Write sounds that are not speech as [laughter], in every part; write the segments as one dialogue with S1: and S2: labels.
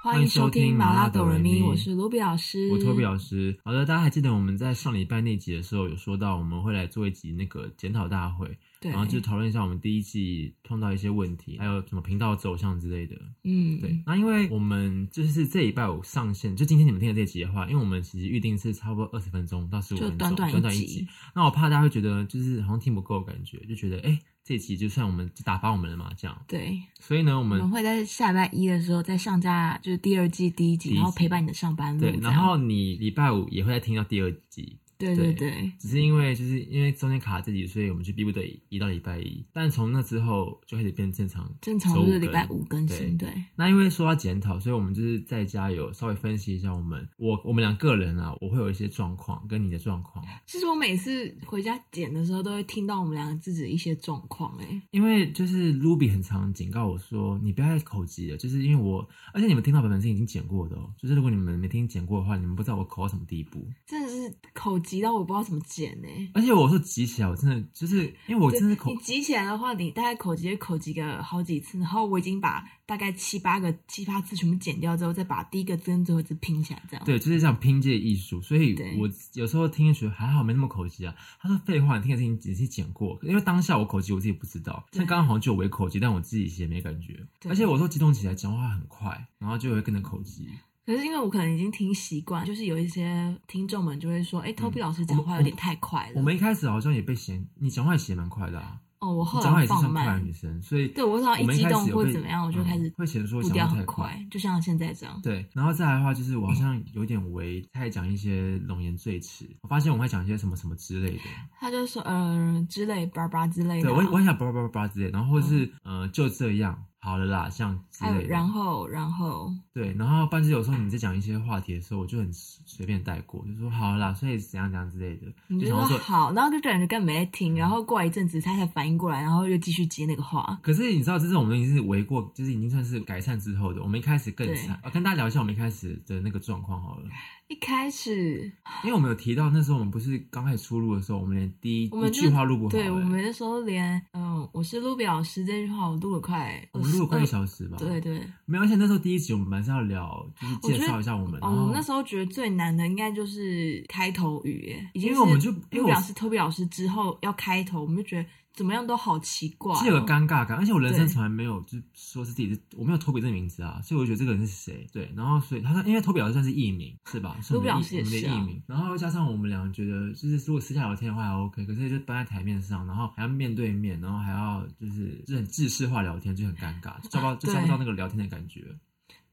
S1: 欢迎收听麻辣哆瑞咪，我是卢比老师，
S2: 我托比老师。好的，大家还记得我们在上礼拜那集的时候有说到，我们会来做一集那个检讨大会，
S1: 对，
S2: 然后就是讨论一下我们第一季碰到一些问题，还有什么频道走向之类的。
S1: 嗯，
S2: 对，那因为我们就是这礼拜有上线，就今天你们听的这集的话，因为我们其实预定是差不多二十分钟到十五
S1: 就
S2: 分钟，
S1: 短短
S2: 短
S1: 一集
S2: 一集。那我怕大家会觉得就是好像听不够的感觉，就觉得哎、诶这集就算我们就打发我们了嘛，这样。
S1: 对，
S2: 所以呢，我
S1: 我
S2: 们
S1: 们会在下礼拜一的时候再上架，就是第二季第一集，
S2: 第一集
S1: 然后陪伴你的上班路。
S2: 对，
S1: 这样
S2: 然后你礼拜五也会再听到第二集，
S1: 对对
S2: 对
S1: 对，
S2: 只是因为就是因为中间卡自己，所以我们就逼不得已移到礼拜一。但从那之后就开始变正常，
S1: 正常
S2: 周
S1: 就是
S2: 更
S1: 礼拜五更新，对，
S2: 那因为说要检讨，所以我们就是在家有稍微分析一下我们我我们俩个人啊，我会有一些状况跟你的状况，
S1: 其实我每次回家剪的时候，都会听到我们两个自己的一些状况、哎，
S2: 因为就是 Ruby 很常警告我说，你不要再口急了，就是因为我，而且你们听到本本是已经剪过的哦，就是如果你们没听剪过的话，你们不知道我口到什么地步，
S1: 真的是口急到我不知道怎么剪哎、
S2: 而且我说急起来，我真的就是因为我
S1: 对
S2: 真的口
S1: 你急起来的话，你大概口急口急个好几次，然后我已经把大概七八个七八次全部剪掉之后，再把第一个字跟最后一字拼起来，这样。
S2: 对，就是这样拼接艺术，所以
S1: 对
S2: 我有时候听觉得还好，没那么口急啊。他说废话，你听的是你仔细剪过，因为当下我口急，我自己不知道。
S1: 对
S2: 像刚刚好像就有微口急，但我自己其实没感觉。
S1: 对
S2: 而且我说激动起来，讲话很快，然后就会跟着口急。
S1: 可是因为我可能已经听习惯，就是有一些听众们就会说：“哎、t o b y 老师
S2: 我
S1: 讲
S2: 们
S1: 话有点太快了。
S2: 嗯我们一开始好像也被嫌你讲话也写蛮快的啊，
S1: 哦，我后
S2: 你讲话
S1: 来
S2: 也是
S1: 放
S2: 算快的
S1: 慢
S2: 女，生，所以
S1: 对我只要一
S2: 们
S1: 激
S2: 开始
S1: 动
S2: 有
S1: 或
S2: 被
S1: 怎么样我就
S2: 嗯
S1: 开始
S2: 会嫌说
S1: 步
S2: 讲
S1: 调
S2: 话
S1: 很
S2: 太
S1: 快，就像现在这样。
S2: 对，然后再来的话就是我好像有点微太讲一些冗言赘词，我发现我会讲一些什么什么之类的。
S1: 他就说：“呃，之类叭叭之类的啊。”
S2: 对，我也我很想叭叭叭叭之类，然后或者是、呃就这样好了啦，像之
S1: 嗯还有
S2: 类的。
S1: 哎然后然后
S2: 对，然后半之有时候你在讲一些话题的时候，我就很随便带过，就说好了啦，所以怎样怎样之类的，
S1: 你
S2: 就
S1: 就
S2: 想
S1: 说
S2: 要说。
S1: 好，然后就感觉根本没在听，然后过了一阵子他才反应过来，然后又继续接那个
S2: [laughs]
S1: 话。
S2: 可是你知道，这种我们已经是围过，就是已经算是改善之后的。我们一开始更
S1: 对
S2: 惨，哦我跟大家聊一下我们一开始的那个状况好了，
S1: 一开始
S2: 因为我们有提到那时候我们不是刚开始出录的时候，我们连第一
S1: 我们
S2: 一
S1: 就
S2: 句话录不好、欸，
S1: 对我们那时候连嗯，我是陆表师这句话我录了快
S2: 我们录了快一
S1: 22
S2: 小时吧，
S1: 对，对，
S2: 没有，而且那时候第一集我们还是要聊，就是
S1: 我觉
S2: 介
S1: 得
S2: 绍一下我们，
S1: 哦，
S2: 然
S1: 我
S2: 后
S1: 们那时候觉得最难的应该就是开头语耶，已经
S2: 因为
S1: 是
S2: 我们就因为
S1: 陆
S2: 我
S1: 表师、托比老师之后要开头，我们就觉得怎么样都好奇怪、哦，
S2: 是有个尴尬感，而且我人
S1: 对
S2: 生从来没有就是说是自己是，我没有托比这个名字啊，所以我就觉得这个人是谁？对，然后所以他说，因为托比老师算是艺名是吧？是
S1: 托
S2: 我们
S1: 比老
S2: 的
S1: 师也
S2: 艺我们的
S1: 是啊
S2: 艺名，然后加上我们俩觉得就是如果私下聊天的话还 OK，可是就搬在台面上，然后还要面对面，然后还要就是就是很制式化聊天，就很尴尬，就抓不到就抓不到那个聊天的感觉。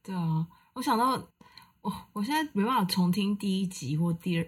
S1: 对啊，我想到我我现在没办法重听第一集或第二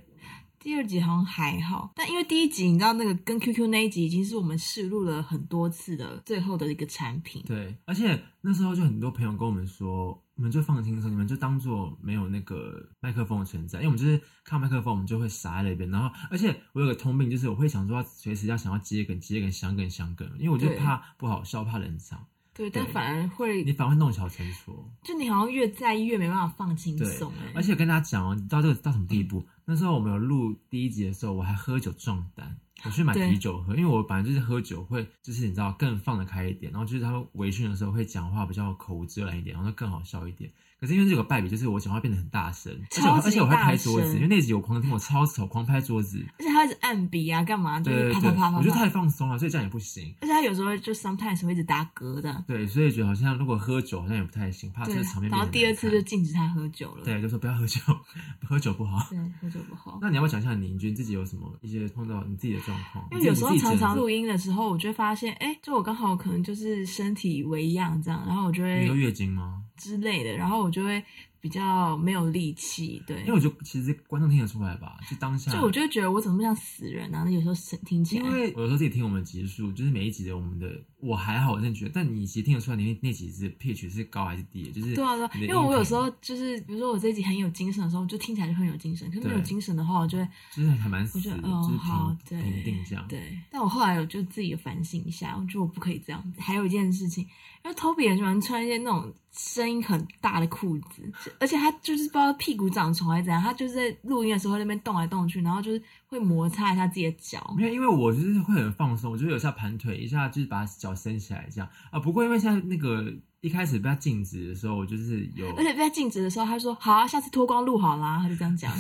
S1: 第二集好像还好，但因为第一集你知道那个跟 QQ 那一集已经是我们试录了很多次的最后的一个产品，
S2: 对，而且那时候就很多朋友跟我们说，你们就放轻松，你们就当做没有那个麦克风的存在，因为我们就是看麦克风，我们就会傻在那边。然后，而且我有个通病，就是我会想说要随时要想要接梗、接梗、想梗、想梗，因为我就
S1: 对
S2: 怕不好笑，怕冷场，
S1: 对，但
S2: 对
S1: 反而会
S2: 你反而会弄巧成拙。
S1: 就你好像越在意越没办法放轻
S2: 对
S1: 松哎、
S2: 而且跟大家讲哦，你知道这个到什么地步？那时候我们有录第一集的时候，我还喝酒壮胆，我去买
S1: 对
S2: 啤酒喝，因为我本来就是喝酒会，就是你知道更放得开一点，然后就是他们围训的时候会讲话比较口无遮拦一点，然后更好笑一点。可是因为这有个败笔，就是我讲话变得很大声，而且我
S1: 超级
S2: 而且我还拍
S1: 大
S2: 桌子，
S1: 声
S2: 因为那集我狂听，我超丑，狂拍桌子，
S1: 而且他一直按笔啊，干嘛就
S2: 对
S1: 是
S2: 对
S1: 啪啪
S2: 对
S1: 啪啪啪，
S2: 我觉得太放松了，所以这样也不行。
S1: 而且他有时候就 sometimes 会一直打嗝的，
S2: 对，所以觉得好像如果喝酒好像也不太行，怕这
S1: 对
S2: 个场，面变
S1: 然
S2: 得
S1: 后第二次
S2: 难
S1: 就
S2: 看
S1: 禁止他喝酒了，
S2: 对，就说不要喝酒， [laughs] 喝酒不好。
S1: 对，喝酒不好。
S2: 那你要不要讲一下你，你觉得自己有什么一些碰到你自己的状况？
S1: 因为有时候
S2: 你自己
S1: 常常
S2: 剪
S1: 录音的时候，我就会发现，哎、就我刚好可能就是身体为恙这样，然后我就
S2: 的时候，你有
S1: 会
S2: 月经吗？
S1: 之类的，然后我就会比较没有力气，对
S2: 因为，我觉得其实观众听得出来吧，就当下。
S1: 就我就会觉得我怎么那么像死人啊？那有时候声听起
S2: 因
S1: 来，
S2: 为我有时候自己听我们的集数，就是每一集的我们的，我还好，我真的觉得，但你其实听得出来，你那那几是 pitch 是高还是低的，就是
S1: 对啊对啊，
S2: 你的
S1: 因为我有
S2: income
S1: 时候就是，比如说我这一集很有精神的时候，就听起来就很有精神，可是没有
S2: 对
S1: 精神的话，我就会
S2: 就是还蛮
S1: 我
S2: 死
S1: 觉
S2: 的，
S1: 得
S2: 就
S1: 哦
S2: 是
S1: 好，
S2: 平
S1: 对，
S2: 平定这样。
S1: 对，但我后来我就自己反省一下，我觉得我不可以这样子。还有一件事情，因为 Toby 很喜欢穿一些那种声音很大的裤子，是而且他就是不知道屁股长虫还是怎样，他就是在录音的时候在那边动来动去，然后就是会摩擦一下自己的脚。
S2: 没有，因为我就是会很放松，我就是有下盘腿，一下就是把脚伸起来这样啊。不过因为现在那个一开始被他禁止的时候，我就是有，
S1: 而且被他禁止的时候，他说：“好啊，下次脱光录好啦。”他就这样
S2: [laughs]
S1: 讲。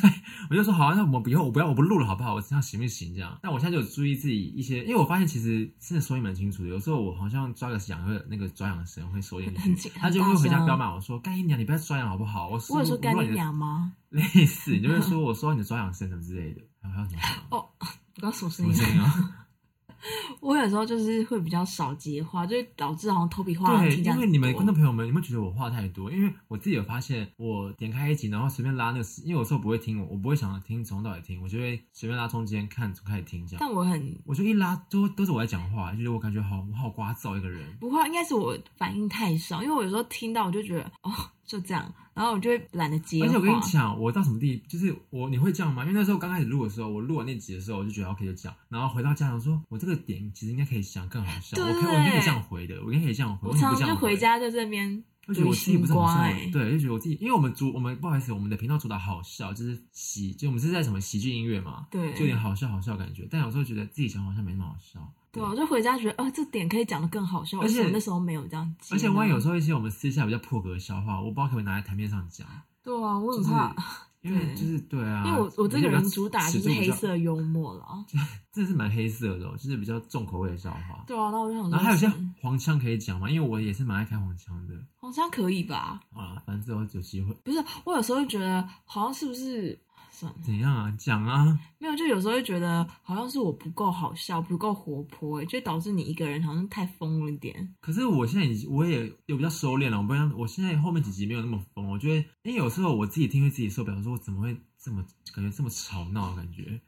S2: 我就说好、啊，那我以后我不要我不录了，好不好？我这样行不行？这样。但我现在就有注意自己一些，因为我发现其实真的收音蛮清楚的。有时候我好像抓个痒，会那个抓痒声会收进
S1: 很
S2: 去
S1: 清，
S2: 他就会
S1: 很大
S2: 回家
S1: 声啊
S2: 彪骂我说：“干你娘，你不要抓痒好不好？”我
S1: 我有说
S2: 我
S1: 干
S2: 乱
S1: 你娘吗？
S2: 类似，你就会
S1: [laughs]
S2: 说我说你的抓痒声什么之类的，然后还有什么声音
S1: 哦，我刚刚什么
S2: 什
S1: 声
S2: 么
S1: 音？
S2: 声音啊？
S1: [laughs] 我有时候就是会比较少接话，就会导致好像 Toby 话
S2: 对，
S1: 听起来很
S2: 因为你们
S1: 多
S2: 观众朋友们，你们觉得我话太多？因为我自己有发现，我点开一集，然后随便拉那个，因为有时候不会听，我我不会想听从头到尾听，我就会随便拉中间看从开始听这样。
S1: 但我很
S2: 我就一拉都都是我在讲话，就是我感觉好我好聒噪一个人。
S1: 不会，应该是我反应太少，因为我有时候听到我就觉得哦就这样，然后我就会懒得接
S2: 而且我跟你
S1: 话。
S2: 讲，我到什么地，就是我你会这样吗？因为那时候刚开始录的时候，我录完那集的时候，我就觉得 OK 就讲，然后回到家长说，我这个点其实应该可以想更好笑，我可以我应该可以这样回的，我应该可以这样回，
S1: 我
S2: 为什么
S1: 常
S2: 不
S1: 常
S2: 这
S1: 就
S2: 样
S1: 回家就这边
S2: 就觉得
S1: 读
S2: 我自己
S1: 心
S2: 不是很
S1: 瓜
S2: 适合
S1: 哎，
S2: 对，就觉得我自己，因为我们主我们不好意思，我们的频道主打好笑，就是喜，就我们是在什么喜剧音乐嘛，
S1: 对
S2: 就有点好笑好笑的感觉，但有时候觉得自己讲好像没那么好笑，
S1: 对啊，我就回家觉得啊这点可以讲的更好笑，
S2: 而且
S1: 为什么哦那时候没有这样接呢。
S2: 而且万一有时候一些我们私下比较破格的笑话，我不知道可不可以拿在台面上讲，
S1: 对啊，我
S2: 就
S1: 很
S2: 是
S1: 怕，
S2: 因为
S1: 对
S2: 就是对啊，
S1: 因为我我这个
S2: 比较
S1: 人主打就是
S2: 尺度比
S1: 黑
S2: 较，
S1: 色幽默了。
S2: 真的是蛮黑色的哦，就是比较重口味的笑话。
S1: 对啊，然后我就想说，
S2: 然后还有一些黄腔可以讲嘛，因为我也是蛮爱开黄腔的
S1: 好像可以吧？
S2: 啊，反正之后有机会
S1: 不是，我有时候会觉得好像是不是算了，
S2: 怎样啊讲啊，
S1: 没有，就有时候会觉得好像是我不够好笑，不够活泼，就导致你一个人好像太疯了一点。
S2: 可是我现在已经我也有比较收敛了，我不然我现在后面几集没有那么疯，我觉得因为有时候我自己听会自己受不了，说我怎么会这么感觉这么吵闹，感觉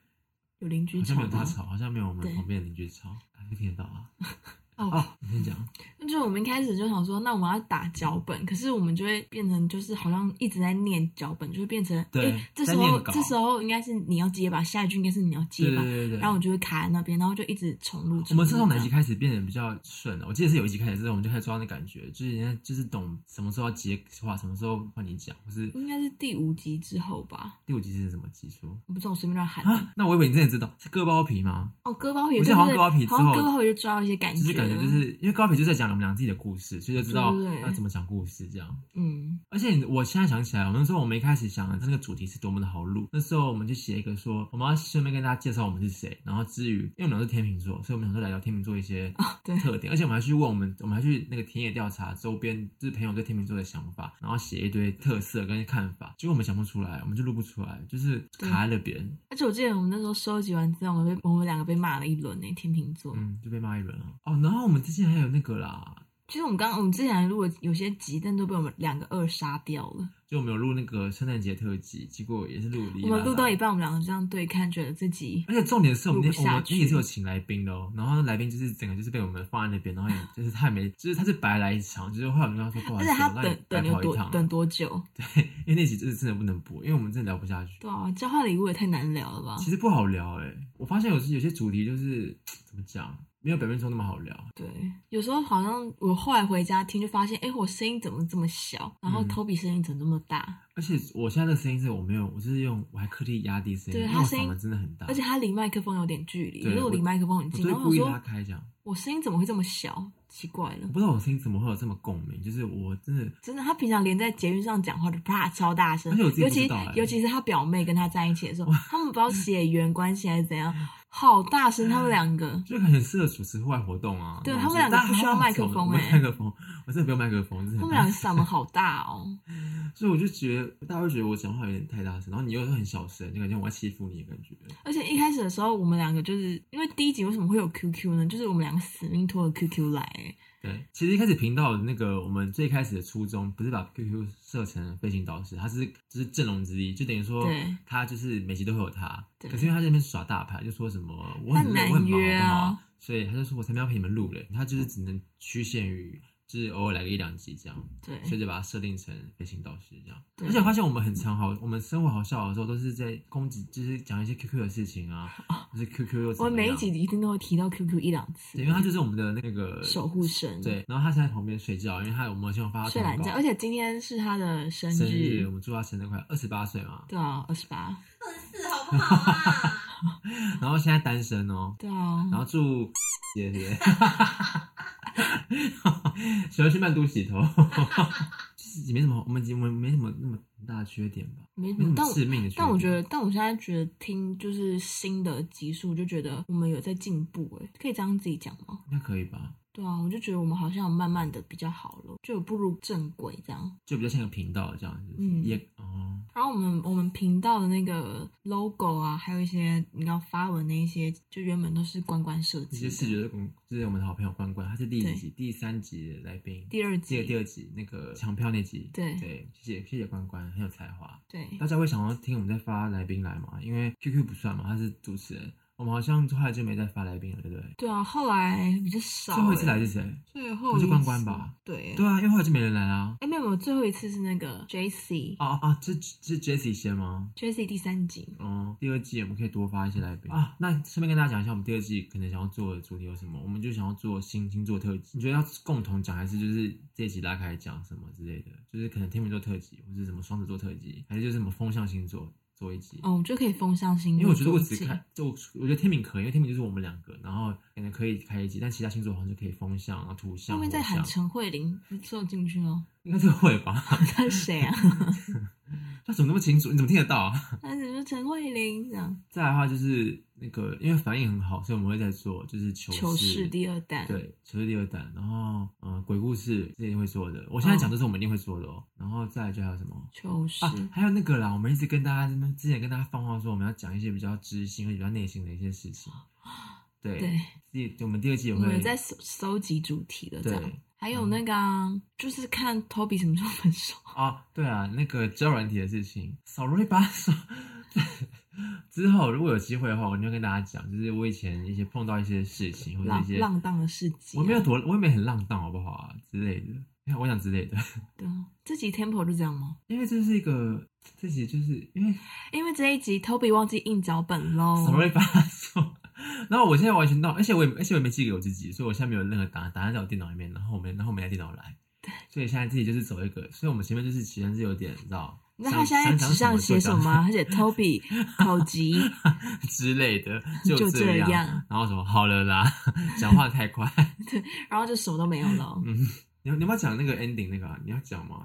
S1: 有邻居
S2: 好像
S1: 吵
S2: 没有他
S1: 吗？ [laughs]
S2: 吵，好像没有我
S1: 对
S2: 们旁边的邻居吵，还是听得到啊。
S1: 哦
S2: 哦，你先讲，
S1: 那就是我们一开始就想说，那我们要打脚本，可是我们就会变成就是好像一直在念脚本，就会变成
S2: 对
S1: 诶这
S2: 在
S1: 时候
S2: 念稿
S1: 这时候应该是你要接吧，下一句应该是你要
S2: 对
S1: 接吧
S2: 对，对对。
S1: 然后我就会卡在那边，然后就一直重录。
S2: 我们是从哪
S1: 重录
S2: 集开始变得比较顺了？我记得是有一集开始之后，我们就开始抓那感觉，就是人家就是懂什么时候要接话，什么时候换你讲，或是
S1: 应该是第五集之后吧，
S2: 第五集是什么集数
S1: 我不知道我随便乱喊的。
S2: 啊？那我以为你真的知道是割包皮吗？
S1: 哦，割包皮，
S2: 我记
S1: 对
S2: 得好像
S1: 对
S2: 割包皮之
S1: 好像
S2: 后
S1: 割包皮就抓到一些感
S2: 就是感觉就是因为高皮就在讲我们俩自己的故事，所以就知道
S1: 对对对
S2: 要怎么讲故事这样。
S1: 嗯，
S2: 而且我现在想起来，我们说我们一开始想的那个主题是多么的好录，那时候我们就写一个说我们要顺便跟大家介绍我们是谁，然后至于因为我们俩是天秤座，所以我们想说来聊天秤座
S1: [laughs]
S2: 一些
S1: 哦对
S2: 特点，而且我们还去问我们，我们还去那个田野调查周边就是朋友对天秤座的想法，然后写一堆特色跟看法，结果我们想不出来，我们就录不出来，就是卡在那边，
S1: 而且我记得我们那时候收集完资料，我们被我们两个被骂了一轮呢，天秤座。
S2: 嗯，就被骂一轮啊。哦，然后我们之前还有那个啦，
S1: 其实我们刚我们之前如果有些集，但都被我们两个扼杀掉了。
S2: 就我们有录那个圣诞节特辑，结果也是录了一啊
S1: 我们录到一
S2: 半，
S1: 半，我们两个这样对看，觉得自己
S2: 而且重点是我们
S1: 录
S2: 那
S1: 不
S2: 我
S1: 下
S2: 们那也
S1: 去
S2: 是有请来宾的哦，然后来宾就是整个就是被我们放在那边，然后也就是他也没，就是他是白来一场，就是后来我们跟他说不好
S1: 而
S2: 意
S1: 且
S2: 思，
S1: 他
S2: 我让你
S1: 等
S2: 白
S1: 等有
S2: 跑一
S1: 多
S2: 趟，
S1: 等多久？
S2: 因为那集就是真的不能播，因为我们真的聊不下去，
S1: 对啊啊，交换礼物也太难聊了吧？
S2: 其实不好聊哎、我发现有时有些主题就是怎么讲，没有表面说那么好聊，
S1: 对，有时候好像我后来回家听，就发现，哎，我声音怎么这么小？然后
S2: 嗯啊
S1: Toby 声音怎么这么大？
S2: 而且我现在的声音是我没有，我就是用我还刻意压低声音，
S1: 对
S2: 因为
S1: 他
S2: 我
S1: 声音
S2: 嗓门真的很大，
S1: 而且他离麦克风有点距离，
S2: 对
S1: 因为我离
S2: 我
S1: 麦克风很
S2: 我
S1: 近，
S2: 就
S1: 然
S2: 会
S1: 后我
S2: 故意
S1: 说
S2: 拉开这样。
S1: 我声音怎么会这么小？奇怪了
S2: 我，不知道我声音怎么会有这么共鸣，就是我真的
S1: 真的，他平常连在捷运上讲话就啪超大声
S2: 而且我自，己
S1: 尤
S2: 不知
S1: 其
S2: 道欸
S1: 尤其是他表妹跟他在一起的时候，他们不知道血缘关系还是怎
S2: [laughs]
S1: 样，好大声，他们两个。
S2: 就很适合主持户外活动啊。
S1: 对
S2: 那
S1: 他
S2: 种
S1: 们两个
S2: 大家
S1: 不需要麦克风
S2: 我没有
S1: 欸
S2: 麦克风，我真的不用麦克风，真的
S1: 他
S2: 很
S1: 们两
S2: 大
S1: 个。嗓门好大哦，
S2: 所以我就觉得大家会觉得我讲话有点太大声，然后你又是很小声，就感觉我在欺负你的感觉。
S1: 而且一开始的时候，我们两个就是因为第一集为什么会有 QQ 呢？就是我们两个死命拖着 QQ 来、欸
S2: 对，其实一开始频道的那个我们最开始的初衷不是把 QQ 设成飞行导师，他是就是阵容之一，就等于说
S1: 对
S2: 他就是每集都会有他。
S1: 对
S2: 可是因为他在那边耍大牌，就说什么我
S1: 他
S2: 很累，
S1: 难
S2: 我很忙，
S1: 约
S2: 好不好
S1: 啊
S2: 所以他就说我才没有陪你们录嘞，他就是只能局限于就是偶尔来个一两集这样。
S1: 对，
S2: 所以就把它设定成飞行导师这样。
S1: 对
S2: 而且我发现我们很常好，我们生活好笑的时候都是在攻击，就是讲一些 QQ 的事情啊，就是 QQ 又怎
S1: 哦我们
S2: 么
S1: 每一
S2: 样？
S1: 集一定都会提到 QQ 一两次
S2: 对，因，为他就是我们的那个
S1: 守护神，，
S2: 对，然后他现在在旁边睡觉，因为他我们先发
S1: 睡懒觉，而
S2: 且
S1: 且今天是他的生
S2: 生
S1: 日
S2: 日，我，们祝他生日快乐，二十八岁嘛，
S1: 对啊，二十八，
S3: 二十四好不好啊？
S2: 然后现在单身哦，
S1: 对啊，
S2: 然后祝姐姐，喜欢去曼都洗头，就是没什么，我们我们没什么那么大的缺点吧，
S1: 没什
S2: 没什
S1: 么，但
S2: 么
S1: 我
S2: 致命的缺点。
S1: 但我觉得，但我现在觉得听就是新的集数，就觉得我们有在进步哎，可以这样自己讲吗？
S2: 应该可以吧，
S1: 对啊，我就觉得我们好像有慢慢的比较好了，就有步入正轨这样。
S2: 就比较像一个频道这样子，
S1: 嗯
S2: 也哦，
S1: 然后我们我们频道的那个 logo 啊，还有一些你要发文那一些，就原本都是关关设
S2: 一
S1: 计
S2: 些视
S1: 的。
S2: 觉的工，就是我们的好朋友关关，他是第几
S1: 对
S2: 集？第三集的来宾，
S1: 第二
S2: 第二第
S1: 季，
S2: 二集那个抢票那集，
S1: 对
S2: 对，谢谢谢谢关关，很有才华。
S1: 对
S2: 大家会想要听我们在发来宾来嘛？因为 QQ 不算嘛，他是主持人，我们好像后来就没再发来宾了，对不对？
S1: 对啊，后来比较少。
S2: 最后一次
S1: 欸
S2: 来是谁？
S1: 最后
S2: 不是
S1: 一
S2: 关关
S1: 次
S2: 吧？
S1: 对
S2: 对啊，因为后来就没人来啦、
S1: 哎，没有，没有，最后一次是那个 J C
S2: 啊。啊啊这这 Jesse 先吗？
S1: J C 第三集，
S2: 嗯，第二季我们可以多发一些来宾啊。那顺便跟大家讲一下，我们第二季可能想要做的主题有什么？我们就想要做新星座特辑。你觉得要共同讲，还是就是这一集拉开讲什么之类的？就是可能天秤座特辑，或是什么双子座特辑，还是就是什么风象星座做一集？
S1: 哦，我觉得可以风向星座。
S2: 因为我觉得我只
S1: 做一集
S2: 看，就我我觉得天秤可以，因为天秤就是我们两个，然后感觉可以开一集，但其他星座好像就可以风象啊、土象、
S1: 后面在
S2: 火
S1: 喊
S2: 象，
S1: 陈慧琳，你坐进去哦。 [laughs]
S2: 应该是会吧？
S1: 他是谁
S2: [laughs]
S1: 啊？
S2: 他怎么那么清楚？你怎么听得到、啊？
S1: 他只是陈慧琳这样。
S2: 再来的话就是那个，因为反应很好，所以我们会在做就是糗
S1: 糗
S2: 事
S1: 事第二弹，
S2: 对，糗事第二弹，然后嗯、呃鬼故事这一定会做的。
S1: 嗯
S2: 我现在讲都是我们一定会做的哦。然后再来就还有什么？
S1: 糗事、
S2: 啊，还有那个啦，我们一直跟大家那边之前跟大家放话说，我们要讲一些比较知性或者比较内心的一些事情。对，
S1: 对，
S2: 第我们第二季也
S1: 我
S2: 会
S1: 们有在搜搜集主题的这
S2: 对嗯
S1: 样。还有那个啊、就是看 Toby 什么时候分手，
S2: 啊，对啊，那个交友软体的事情，少瑞吧，少。之后如果有机会的话，我就跟大家讲，就是我以前一些碰到一些事情或者一
S1: 浪
S2: 些，
S1: 浪荡的事迹、啊。
S2: 我没有多，我也没很浪荡，好不好啊之类的。没有我讲之类的，
S1: 对啊，这集 Temple 就这样吗？
S2: 因为这是一个自己就是因为
S1: 因为这一集 Toby 忘记印脚本喽。
S2: 少瑞吧，少。 [laughs] 然后我现在完全到，而且我也而且我也没寄给我自己，所以我现在没有任何答案，答案在我电脑里面，然后我没然后我没带电脑来，所以现在自己就是走一个，所以我们前面就是其实是有点你知道，
S1: 你知道他现在
S2: 想
S1: 在纸上写什么？吗？他写 Toby
S2: [laughs]
S1: 口急，
S2: 之类的，
S1: 就
S2: 这
S1: 这
S2: 样。
S1: 样
S2: 然后什么好了啦，讲话太快。 [laughs]
S1: 然后就什么都没有了
S2: 嗯，你要你要不要讲那个 ending 那个、啊？你要讲吗？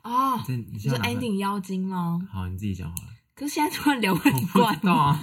S1: 啊。
S2: 这你
S1: 就
S2: 先
S1: 是
S2: 拿出来
S1: ending 妖精吗？
S2: 好，你自己讲好
S1: [laughs]
S2: 了。
S1: 可是现在突然聊
S2: 我
S1: 很
S2: 不
S1: 怪
S2: 知， [laughs] 道啊，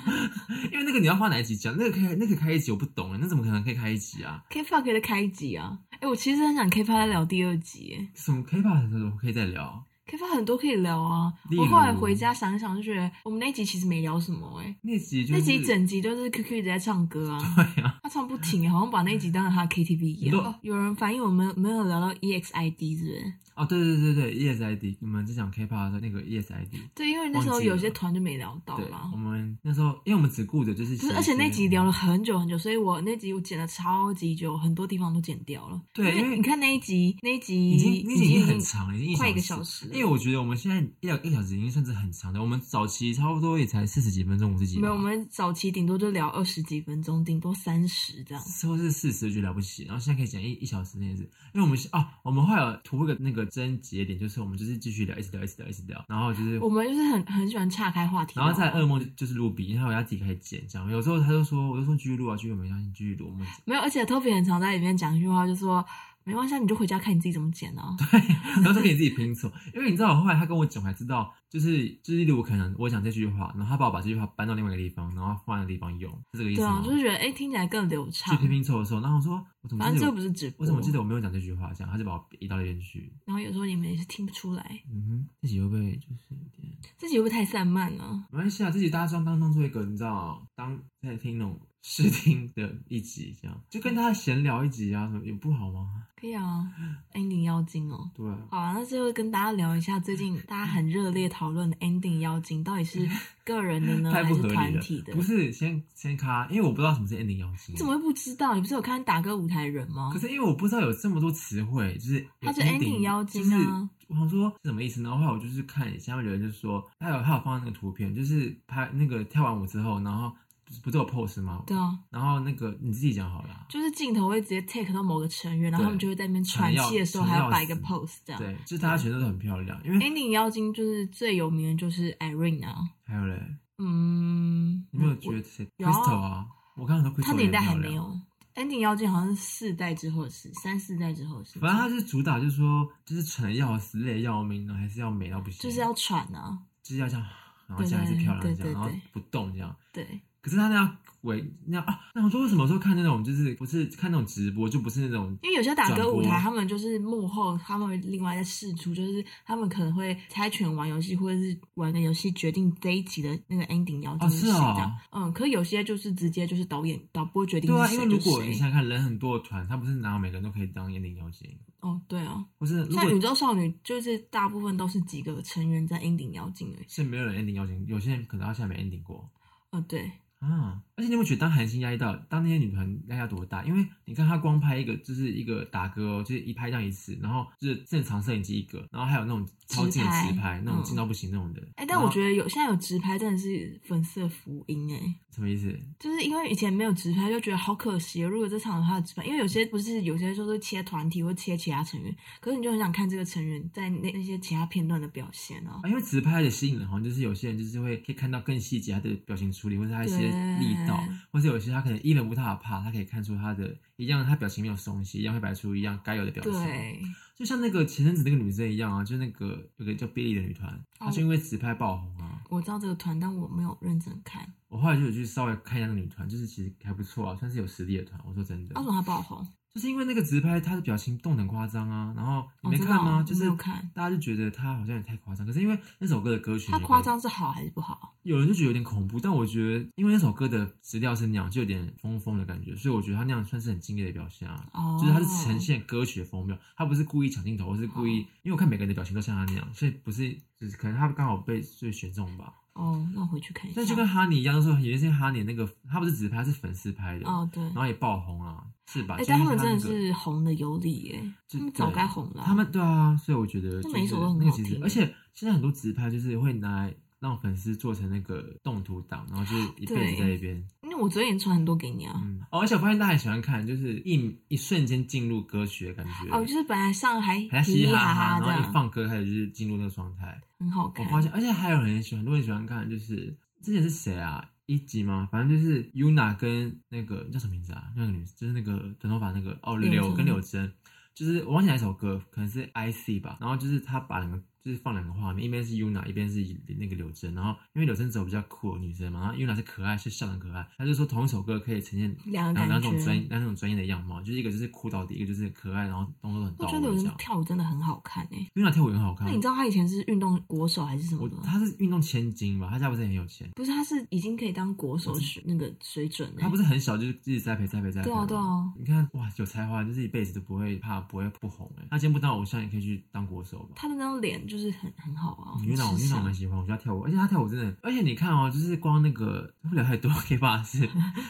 S2: 因为那个你要放哪一集讲？那个可以，那个开一集我不懂啊，那怎么可能可以开一集啊？
S1: K Park 的开集啊！哎、我其实很想 K Park 聊第二集
S2: 什么 K 吧？我们可以再聊。
S1: ，K Park 很多可以聊啊。
S2: 例如
S1: 我后来回家想一想，就觉得我们那集其实没聊什么哎、
S2: 那集就是
S1: 那集整集都是 QQ 一直在唱歌啊，
S2: [laughs] 对啊，
S1: 他唱不停，好像把那集当成他的 KTV 一
S2: 你都
S1: 样。哦有人反映我们没有聊到 E EXID 是不是？
S2: 哦，对对对对，ESID，你们在讲 K 吧的时候那个 E ESID，
S1: 对，因为那时
S2: 忘
S1: 候
S2: 记了
S1: 有些团就没聊到
S2: 对
S1: 啦，
S2: 我。们那时候因为我们只顾着就是
S1: 不是，
S2: 写一些，
S1: 而且那集聊了很久很久，所以我那集我剪了超级久，很多地方都剪掉了。
S2: 对因
S1: 因
S2: 为
S1: 为你看那一集，那一集
S2: 已经那集已经很长了，已经
S1: 快一个
S2: 时
S1: 小时了
S2: 因为我觉得我们现在一两一小时已经算是很长的，我们早期差不多也才四十几分钟、五十几吧，
S1: 没有，我们早期顶多就聊二十几分钟，顶多三十这样。
S2: 说是四十就了不起，然后现在可以讲一一小时那件事，因为我们是啊，我们后来有图一个那个真节点，就是我们就是继续聊，一直聊，一直聊，一直聊，然后就是
S1: 我们就是很很喜欢岔开话题，
S2: 然后再噩梦就就是录笔，然后他自己开始剪，这样有时候他就说，我就说继续录啊，继续，我们相信继续录，我们
S1: 没有，而且 Toby 很常在里面讲一句话，就说没关系啊，你就回家看你自己怎么剪啊。
S2: 然后说可以自己拼凑，因为你知道，我后来他跟我讲，我才知道，就是就是，例如我可能我讲这句话，然后他帮我把这句话搬到另外一个地方，然后换个地方用，是这个意思
S1: 对啊
S2: 吗，？
S1: 就是觉得哎、听起来更流
S2: 去
S1: 畅
S2: 拼。拼凑的时候，然后我说我怎么
S1: 反正
S2: 记得
S1: 这
S2: 我
S1: 不是直播，
S2: 我怎么记得我没有讲这句话？这样他就把我移到那边去。
S1: 然后有时候你们也是听不出来，
S2: 嗯哼，自己会不会就是有点
S1: 自己会不会太散漫了、
S2: 没关系啊？自己大家装当当做一个你知道当在听那种试听的一集，这样就跟大家闲聊一集啊，什么也不好吗？
S1: 可以啊，ending 妖精哦。
S2: 对啊，
S1: 好啊，那就跟大家聊一下最
S2: [laughs]
S1: 近大家很热烈讨论的 ending 妖精到底是个人的呢，
S2: 太
S1: 还
S2: 不
S1: 是
S2: 合理
S1: 团
S2: 了
S1: 体。的？
S2: 不是，先先咔，因为我不知道什么是 ending 邀请。
S1: 你怎么会不知道？你不是有看打歌舞台人吗
S2: 可？是因为我不知道有这么多词汇，就是有
S1: 它就 ending 妖精
S2: 就是
S1: 啊
S2: 我想说是什么意思呢？然后后来我就是看下面有人就说，他有他有放那个图片，就是拍那个跳完舞之后，然后不是不是有 pose 吗？
S1: 对啊，
S2: 然后那个你自己讲好了啊、
S1: 就是镜头会直接 take 到某个成员，然后他们就会在那边喘气的时候
S2: 可能
S1: 还
S2: 要
S1: 要摆一个
S2: 可能
S1: pose 这样。
S2: 对，就是大家全都很漂亮，因为
S1: ending 妖精就是最有名的就是 Irene 啊，
S2: 还有嘞，
S1: 嗯，
S2: 你没有觉得谁
S1: 有啊
S2: Crystal 啊？我刚刚说
S1: 他
S2: Crystal
S1: 年代还
S2: 很漂
S1: 没
S2: 亮，
S1: 有 ending 妖精好像是四代之后的事，三四代之后的事情，
S2: 反正他是主打，就是说，就是蠢的要死，累得要命，然后还是要美到不行，
S1: 就是要喘啊，
S2: 就是要这样，然后
S1: 对
S2: 这样还是
S1: 对
S2: 漂亮这
S1: 对对
S2: 样，然后
S1: 对
S2: 不动这样。
S1: 对，
S2: 可是他那样围那样啊，那我说为什么说看那种就是不是看那种直播，就不是那种
S1: 因为有些打歌舞
S2: 转播
S1: 台，他们就是幕后，他们会另外在试出，就是他们可能会猜拳玩游戏，或者是玩个游戏决定这一集的那个 ending 要
S2: 哦
S1: 怎么
S2: 是
S1: 写
S2: 哦
S1: 这样。嗯，可有些就是直接就是导演导播决定
S2: 对啊，
S1: 是
S2: 因
S1: 谁
S2: 为
S1: 就
S2: 如果
S1: 谁
S2: 你想想看，人很多的团，他不是哪有每个人都可以当演领妖精，
S1: 哦，对哦，
S2: 或是如
S1: 像宇
S2: 果
S1: 宙少女就是大部分都是几个成员在 ending 妖精而已。
S2: 是没有人 ending 妖精，有些人可能到现在没 ending 过
S1: 哦，对，
S2: 啊。而且你有没有觉得当韩星压力到，当那些女团压力到多大？因为你看她光拍一个就是一个打歌哦，就是一拍这样一次，然后就是正常摄影机一个，然后还有那种超近的
S1: 直拍
S2: 直拍，那种
S1: 嗯
S2: 近到不行那种的。
S1: 哎、但我
S2: 得
S1: 觉得有现在有直拍真的是粉丝的福音哎、
S2: 啊什么意思？
S1: 就是因为以前没有直拍，就觉得好可惜哦。如果这场有他的直拍，因为有些不是有些就是切团体或切其他成员，可是你就很想看这个成员在那那些其他片段的表现哦。
S2: 啊，因为直拍的吸引人，好像就是有些人就是会可以看到更细节他的表情处理，或者他一些
S1: 对
S2: 力道，或者有些他可能一人无他的怕，他可以看出他的一样，他表情没有松懈，一样会摆出一样该有的表情。
S1: 对，
S2: 就像那个前阵子那个女生一样啊，就那个有个叫 Billy 的女团，她
S1: 哦
S2: 就因为直拍爆红啊。
S1: 我知道这个团，但我没有认真看。
S2: 我后来就有去稍微看一下那个女团，就是其实还不错啊，算是有实力的团。我说真的
S1: 为，什么他爆红？
S2: 就是因为那个直拍，她的表情动得很夸张啊。然后你
S1: 哦
S2: 没
S1: 真
S2: 看
S1: 的哦
S2: 吗？
S1: 我
S2: 就是
S1: 没有看
S2: 大家就觉得她好像也太夸张。可是因为那首歌的歌曲，
S1: 他夸张是好还是不好？
S2: 有人就觉得有点恐怖，但我觉得因为那首歌的资料是那样，就有点疯疯的感觉，所以我觉得他那样算是很敬业的表现啊。
S1: 哦，
S2: 就是他是呈现歌曲的风貌，他不是故意抢镜头，或是故意，
S1: 哦
S2: 因为我看每个人的表情都像他那样，所以不是，就是可能他刚好被就选中吧。
S1: 哦，那我回去看一下。
S2: 但就跟哈尼一样，就是说原先哈尼那个他不是只拍，是粉丝拍的，
S1: 哦对，
S2: 然后也爆红啊，是吧？
S1: 哎、
S2: 就
S1: 但
S2: 因
S1: 他
S2: 为
S1: 们真的
S2: 那个
S1: 是红的有理耶、
S2: 就
S1: 他们早
S2: 对
S1: 该红了啊、
S2: 他们对啊，所以我觉得
S1: 那
S2: 就
S1: 每一
S2: 是
S1: 首都很
S2: 那个
S1: 好
S2: 其实，
S1: 听
S2: 而且现在很多直拍就是会拿来让粉丝做成那个动图档，然后就是一辈子
S1: 啊对
S2: 在那边。
S1: 因为我昨天也传很多给你啊。
S2: 嗯，哦，而且我发现大家很喜欢看，就是一一瞬间进入歌曲的感觉。
S1: 哦，就是本来上还
S2: 还在
S1: 嘻
S2: 嘻
S1: 嘻
S2: 嘻哈
S1: 哈
S2: 哈，
S1: 哈
S2: 然
S1: 这
S2: 后一
S1: 样，
S2: 放歌开始就是进入那个状态。
S1: 很好
S2: 我
S1: 看。
S2: 发现，而且还有人喜欢，很多人喜欢看，就是之前是谁啊？一集吗？反正就是 Yuna 跟那个叫什么名字啊？那个女，就是那个短头发那个哦，
S1: 柳
S2: 柳
S1: 珍
S2: 跟柳珍，就是我忘记哪一首歌，可能是 I C 吧。然后就是他把两个就是放两个画面，一边是 Yuna，一边是那个柳珍。然后因为柳珍走比较酷的女生嘛，然后 Yuna 是可爱，是笑得很可爱。他就说同一首歌可以呈现
S1: 两个
S2: 两
S1: 感
S2: 两种
S1: 觉
S2: 专两种专业的样貌，就是一个就是酷到底，一个就是可爱，然后动作都很
S1: 我
S2: 到
S1: 觉得
S2: 位
S1: 有
S2: 这
S1: 人
S2: 样。
S1: 跳舞真的很好看哎、
S2: Yuna 跳舞也很好看
S1: 那，你知道他以前是运动国手还是什么
S2: 我
S1: 的吗？
S2: 他是运动千金吧，他家不是很有钱，
S1: 不是，他是已经可以当国手水那个水准了、
S2: 他不是很小就是自己栽培栽培栽培
S1: 对
S2: 吗。
S1: 啊对啊
S2: 你看哇，有才华就是一辈子都不会怕不会不红哎。他今天不当偶像，也可以去当国手吧。
S1: 他的那张脸就是很很好啊。
S2: 女老
S1: 很
S2: 女
S1: 时
S2: 老
S1: 尚
S2: 蛮喜欢，我觉得她跳舞，而且她跳舞真的，而且你看哦，就是光那个不聊太多 [laughs] K-pop
S1: [laughs]
S2: 是，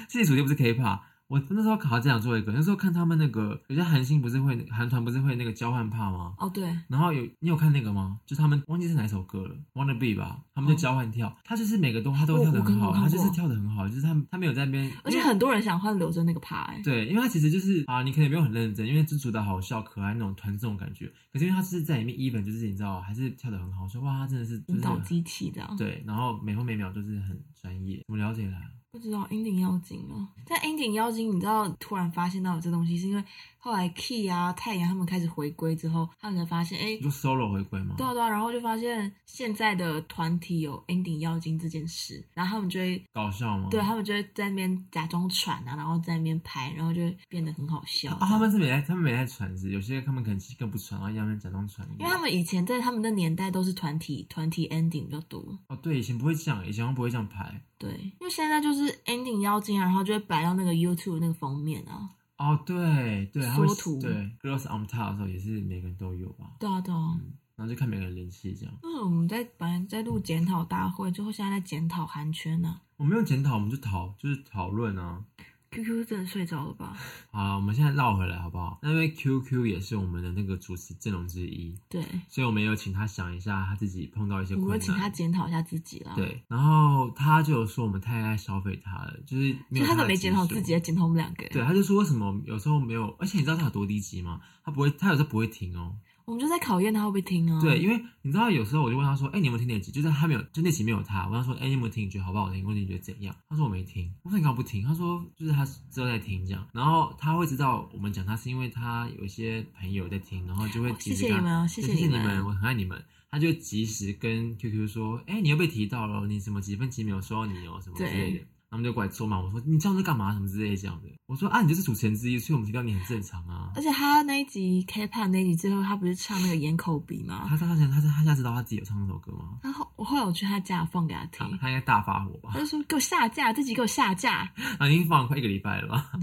S2: 自己主题不是 K-pop。我那时候考到这想做一个，那时候看他们那个有些韩星不是会韩团不是会那个交换帕吗？
S1: 哦对，
S2: 然后有你有看那个吗？就是他们忘记是哪首歌了，Wanna Be 吧，他们就
S1: 哦
S2: 交换跳，他就是每个都他都
S1: 我
S2: 跳得很好，
S1: 我看过
S2: 他就
S1: 我
S2: 是
S1: 看过
S2: 跳得很好，就是他他没有在那边，
S1: 而且
S2: 因为
S1: 很多人想换柳真那个趴哎、
S2: 对，因为他其实就是啊，你可能没有很认真，因为就主打好笑可爱那种团这种感觉，可是因为他是在里面 even 就是你知道还是跳得很好，我说哇他真的是就
S1: 舞
S2: 是
S1: 蹈机器这样。
S2: 对，然后每分每秒就是很专业，我了解啦。
S1: 不知道 ending 妖精啊，但 ending 妖精，你知道突然发现到有这东西，是因为后来 Key 啊、太阳他们开始回归之后，他们才发现，哎、
S2: 你说 solo 回归吗？
S1: 对啊对啊，然后就发现现在的团体有 ending 妖精这件事，然后他们就会。
S2: 搞笑吗？
S1: 对他们就会在那边假装喘啊，然后在那边拍，然后就会变得很好笑。
S2: 啊，他们是没在，他们没在传是，有些他们可能更不传，然后要们假装传。
S1: 因为他们以前在他们的年代都是团体团体 ending 比较多，
S2: 哦，对，以前不会这样，以前好像不会这样排。
S1: 对，因为现在就是 ending 妖精啊，然后就会摆到那个 YouTube 那个封面啊，
S2: 哦，对对，他会
S1: 缩图
S2: 对 Girls on Top 的时候也是每个人都有吧，
S1: 对啊对啊。
S2: 然后就看每个人联系这样。
S1: 因为我们在本来在录检讨大会，最后现在在检讨韩圈呢、
S2: 我没有检讨，我们就讨就是讨论啊。
S1: QQ 真的睡着了吧？
S2: 好，我们现在绕回来好不好？那因为 QQ 也是我们的那个主持阵容之一，
S1: 对，
S2: 所以我们有请他想一下他自己碰到一些
S1: 我
S2: 困
S1: 会
S2: 难。
S1: 请他检讨一下自己啦。，
S2: 对，然后他就有说我们太爱消费他了，就是没
S1: 就
S2: 有
S1: 他
S2: 的啊
S1: 都没检讨自己，
S2: 技
S1: 在
S2: 术
S1: 检讨我们两个。啊
S2: 对，，他就说为什么有时候没有，而且你知道他有多低级吗？他不会，他有时候不会停哦。
S1: 我们就在考验他会不会听啊。
S2: 对，因为你知道，有时候我就问他说：“哎、你有没有听那集？”就是他没有，就那集没有他。我跟他说：“哎、你有没有听？你觉得好不好听？或者你觉得怎样？”他说：“我没听。”我说：“你干嘛不听？”他说：“就是他之后在听这样。”然后他会知道我们讲他是因为他有一些朋友在听，然后就会
S1: 哦
S2: 及时
S1: 谢谢
S2: 跟他
S1: 你们哦
S2: 对
S1: 谢谢
S2: 谢
S1: 你
S2: 你
S1: 们
S2: 们，我很爱你们。他就会及时跟 QQ 说：“哎、你又被提到了，你什么几分几秒收到你哦，什么之类的
S1: 对。”
S2: 他们就过来说嘛，我说你这样在干嘛什么之类的这样的。我说啊，你就是主持人之一，所以我们提到你很正常啊。
S1: 而且他那一集 K-pop 那一集最后，他不是唱那个眼口鼻吗？
S2: 他他他他他现在知道他自己有唱这首歌吗？
S1: 然后我后来我去他家放给他
S2: 他
S1: 听，
S2: 他应该大发火吧 [laughs]
S1: 他？就说给我下架，这集给我下架。
S2: 啊，已经放了快一个礼拜了吧？ [laughs]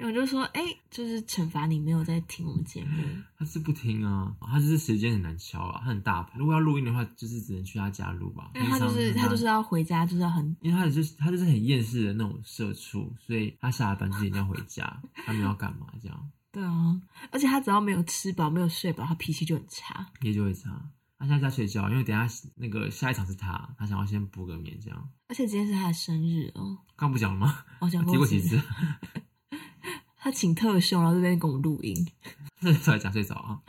S1: 因为我就说，哎、就是惩罚你没有在听我们节目。
S2: 他是不听啊，他就是时间很难敲啊，他很大牌。如果要录音的话，就是只能去他家录吧。
S1: 因为他
S2: 平
S1: 就
S2: 常
S1: 是他就是，要回家，就是要很
S2: 因为他就是他就是很厌世的那种社畜，所以他下了班就一定要回家， [laughs] 他们要干嘛这样，
S1: 对啊，而且他只要没有吃饱、没有睡饱，他脾气就很差。
S2: 也就会差。他现在在睡觉，因为等一下那个下一场是他，他想要先补个眠这样。
S1: 而且今天是他的生日哦，
S2: 刚不讲了吗？
S1: 我讲
S2: 提过几
S1: 生日
S2: [laughs] 次？
S1: 他请特休，然后这边跟我们录音，
S2: 那出来讲睡着啊？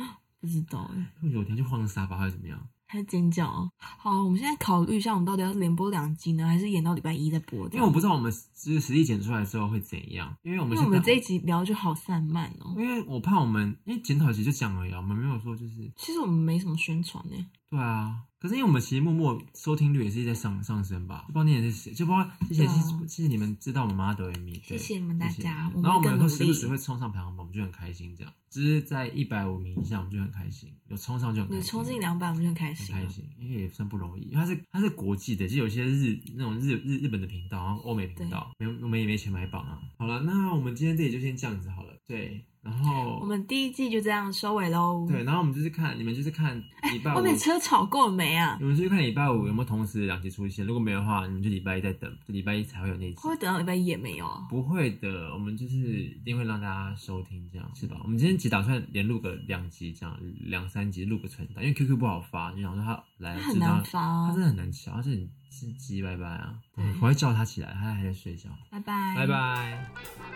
S1: 不知道哎，
S2: 我有天就晃沙发还是怎么样？
S1: 他尖叫哦。好，我们现在考虑一下，我们到底要连播两集呢，还是演到礼拜一再播这
S2: 因
S1: 样？
S2: 为我不知道我们就是实际剪出来之后会怎样，因为我们
S1: 因为我们
S2: 现在
S1: 这一集聊就好散漫哦。
S2: 因为我怕我们，因为检讨其实就讲而已、啊，我们没有说就是
S1: 其实我们没什么宣传呢、
S2: 对啊。可是因为我们其实默默收听率也是在上上升吧，就不知道你也是谁，就包括之前
S1: 对啊
S2: 其实其实你们知道我们妈抖音迷，
S1: 谢
S2: 对
S1: 谢你们大
S2: 谢谢
S1: 家
S2: 你
S1: 我们
S2: 然后我们
S1: 更
S2: 有时候
S1: 努
S2: 时不时
S1: 力
S2: 会冲上排行榜，我们就很开心，这样就是在一百五名以下我们就很开心，有冲上就很开
S1: 你
S2: 心，
S1: 冲进两百，我们就很开
S2: 很
S1: 心了。啊
S2: 开心，因为也算不容易，因为它是它是国际的，就有些日那种日日日本的频道，然后欧美频道，没有我们也没钱买榜啊。好了，那我们今天这里就先这样子好了，对，然后
S1: 我们第一季就这样收尾喽。
S2: 对，，然后我们就是看你们就是看礼拜五
S1: 哦外，面车吵够了没啊？
S2: 你们就是看礼拜五有没有同时两集出现，如果没有的话，你们就礼拜一再等，就礼拜一才会有那集
S1: 会不。会等到礼拜一也没有啊？
S2: 不会的，我们就是一定会让大家收听，这样是吧？我们今天只打算连录个两集，这样两三集录个存档，因为 QQ 不好发，就想说他来
S1: 它
S2: 了
S1: 很
S2: 知道
S1: 难发啊
S2: 他真的很难敲，他是很是鸡拜拜啊！
S1: 对哎
S2: 我会叫他起来，他还在睡觉，
S1: 拜拜，
S2: 拜。拜。